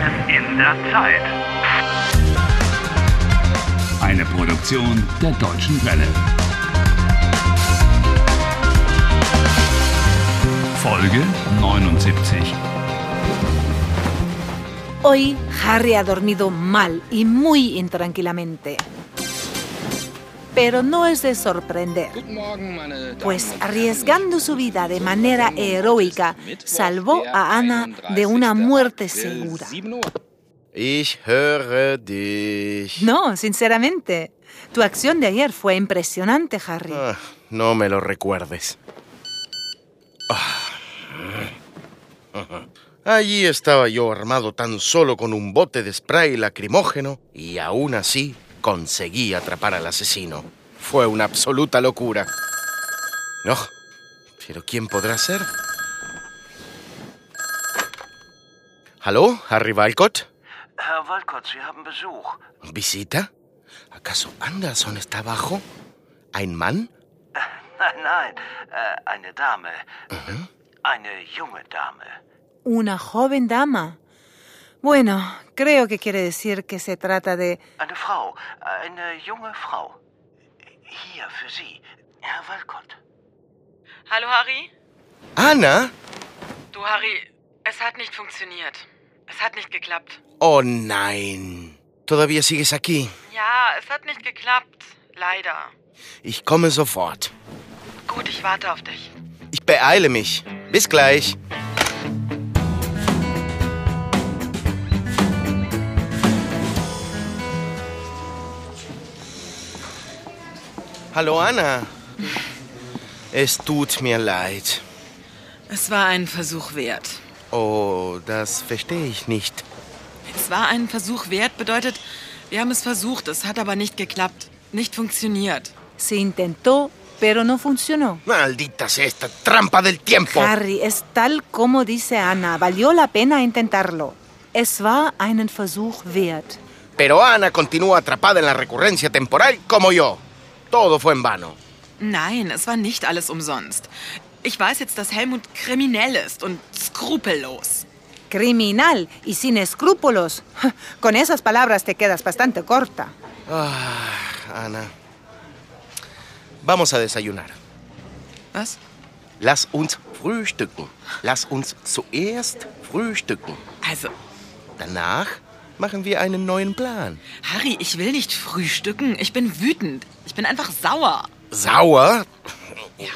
der Zeit. Eine Produktion der Deutschen Welle. Folge 79. Hoy Harry ha dormido mal y muy intranquilamente. Pero no es de sorprender, Guten Morgen, meine Damen pues und arriesgando su vida de manera heroica, salvó a Ana de una muerte Herren. segura. 7 Uhr. Ich höre dich. No, sinceramente, tu acción de ayer fue impresionante, Harry. Ah, no me lo recuerdes. Ah. Allí estaba yo armado tan solo con un bote de spray lacrimógeno y aún así conseguí atrapar al asesino. Fue una absoluta locura. No, pero ¿quién podrá ser? ¿Hallo, Harry Walcott? Herr Walcott, Sie haben Besuch. ¿Visita? ¿Acaso Anderson está abajo? ¿Ein Mann? Nein, nein, äh, eine Dame. Eine junge Dame. Una joven dama. Bueno, creo que quiere decir que se trata de... Eine Frau, Äh, eine junge Frau. Hier für Sie, Herr Walcott. Hallo Harry? ¿Ana? Du Harry, es hat nicht funktioniert. Es hat nicht geklappt. Oh, nein. Todavía sigues aquí. Ja, es hat nicht geklappt. Leider. Ich komme sofort. Gut, ich warte auf dich. Ich beeile mich. Bis gleich. Hallo, Anna. Es tut mir leid. Es war ein Versuch wert. Oh, das verstehe ich nicht. Es war ein Versuch wert bedeutet, wir haben es versucht, es hat aber nicht geklappt. Nicht funktioniert. Se intentó, pero no funcionó. Maldita sea esta trampa del tiempo. Harry, es tal como dice Ana, valió la pena intentarlo. Es war einen Versuch wert. Pero Ana continúa atrapada en la recurrencia temporal como yo. Todo fue en vano. Nein, es war nicht alles umsonst. Ich weiß jetzt, dass Helmut kriminell ist und skrupellos. Criminal y sin escrúpulos. Con esas palabras te quedas bastante corta. Ah, Ana. Vamos a desayunar. Was? Lass uns frühstücken. Lass uns zuerst frühstücken. Also, Danach machen wir einen neuen Plan. Harry, ich will nicht frühstücken. Ich bin wütend. Ich bin einfach sauer. Sauer?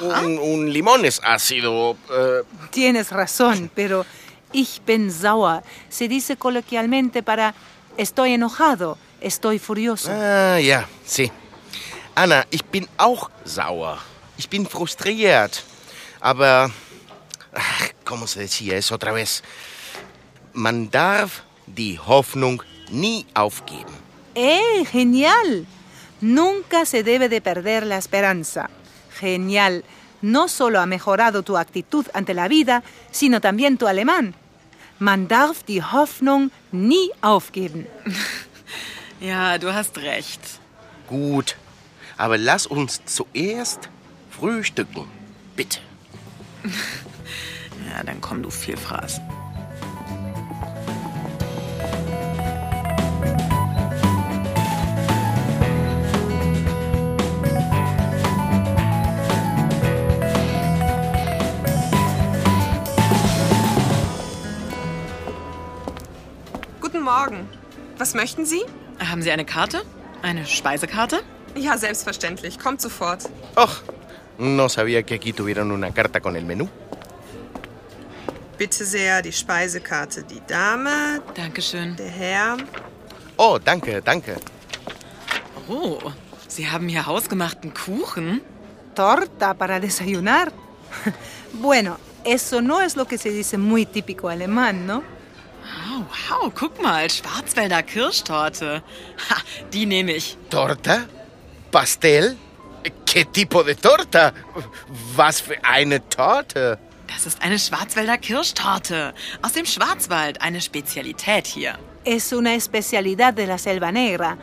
Un, un limón es ácido. eh, Tienes razón, pero ich bin sauer se dice coloquialmente para estoy enojado, estoy furioso. ah, ja, sí. Anna, ich bin auch sauer. Ich bin frustriert. Aber. Ach, ¿Cómo se decía eso otra vez? Man darf die Hoffnung nie aufgeben. ¡Eh, genial! Nunca se debe de perder la esperanza. Genial. No solo ha mejorado tu actitud ante la vida, sino también tu alemán. Man darf die Hoffnung nie aufgeben. Ja, du hast recht. Gut, aber lass uns zuerst frühstücken. Bitte. Ja, dann komm, du Vielfraß. Guten Morgen. Was möchten Sie? Haben Sie eine Karte? Eine Speisekarte? Ja, selbstverständlich. Kommt sofort. Och, no sabía que aquí tuvieran una carta con el menú. Bitte sehr, die Speisekarte. Die Dame, Dankeschön. der Herr. Oh, danke, danke. Oh, Sie haben hier hausgemachten Kuchen? Torta para desayunar. Bueno, eso no es lo que se dice muy típico alemán, ¿no? Wow, Oh, wow, guck mal, Schwarzwälder Kirschtorte. Ha, die nehme ich. ¿Torta? ¿Pastel? ¿Qué tipo de torta? Was für eine Torte? Das ist eine Schwarzwälder Kirschtorte. Aus dem Schwarzwald, eine Spezialität hier. Es una especialidad de la Selva Negra.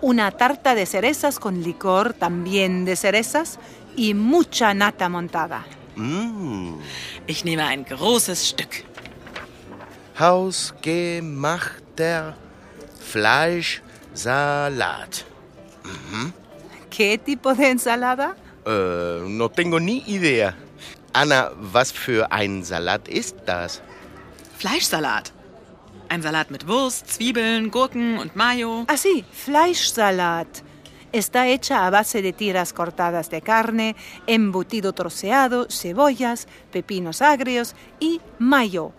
Una tarta de cerezas con licor también de cerezas y mucha nata montada. Mm. Ich nehme ein großes Stück. Hausgemachte Butter, Fleisch, Salat. ¿Qué tipo de ensalada? Äh, no tengo ni idea. Anna, was für ein Salat ist das? Fleischsalat. Ein Salat mit Wurst, Zwiebeln, Gurken und Mayo. Así, Fleischsalat. Está hecha a base de tiras cortadas de carne, embutido troceado, cebollas, pepinos agrios y mayo.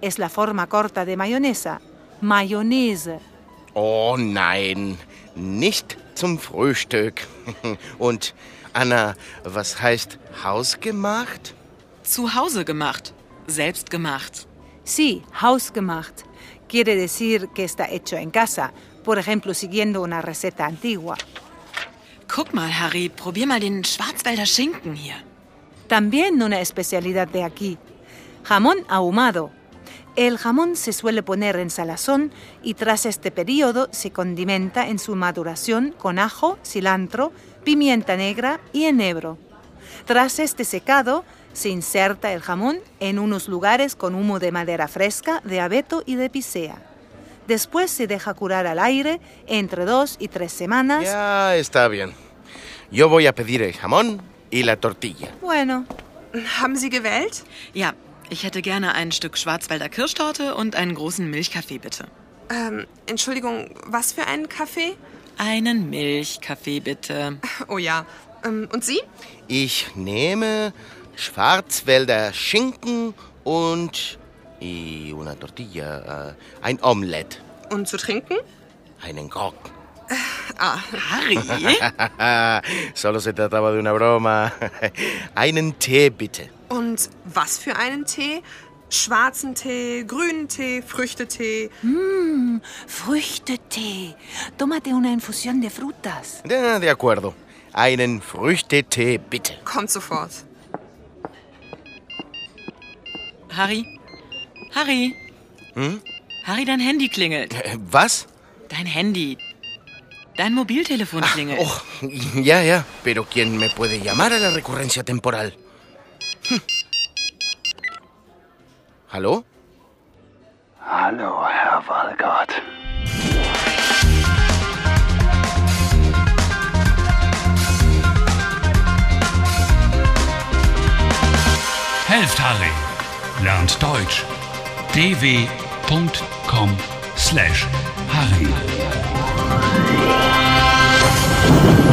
Es la forma corta de mayonesa. Mayonnaise. Oh nein, nicht zum Frühstück. Und Anna, was heißt hausgemacht? Zu Hause gemacht. Selbst gemacht. Sí, hausgemacht. Quiere decir que está hecho en casa, por ejemplo, siguiendo una receta antigua. Guck mal, Harry, probier mal den Schwarzwälder Schinken hier. También una especialidad de aquí, jamón ahumado. El jamón se suele poner en salazón y tras este periodo se condimenta en su maduración con ajo, cilantro, pimienta negra y enebro. Tras este secado se inserta el jamón en unos lugares con humo de madera fresca, de abeto y de picea. Después se deja curar al aire entre dos y tres semanas. Ja, está bien. Yo voy a pedir el jamón y la tortilla. Bueno, Haben Sie gewählt? Ja, ich hätte gerne ein Stück Schwarzwälder Kirschtorte und einen großen Milchkaffee, bitte. Ähm, Entschuldigung, was für einen Kaffee? Einen Milchkaffee, bitte. Oh ja. Ähm, und Sie? Ich nehme Schwarzwälder Schinken und y una tortilla, äh, ein Omelett, Und zu trinken? einen Grog. Harry? Ah, Solo se trataba de una broma. einen Tee bitte. Und was für einen Tee? Schwarzen Tee, grünen Tee, Früchtetee. früchtetee. Tómate una infusión de frutas. Ja, de acuerdo. Einen Früchtetee bitte. Kommt sofort. Harry? Harry? Hm? Harry, dein Handy klingelt. Äh, Was? Dein Handy. Dein Mobiltelefon klingelt. Oh, ya, ya. Pero ¿quién me puede llamar a la recurrencia temporal? Hm. ¿Hallo? Hallo, Herr Walgott. Helft Harry. Lernt Deutsch. dw.com/harry.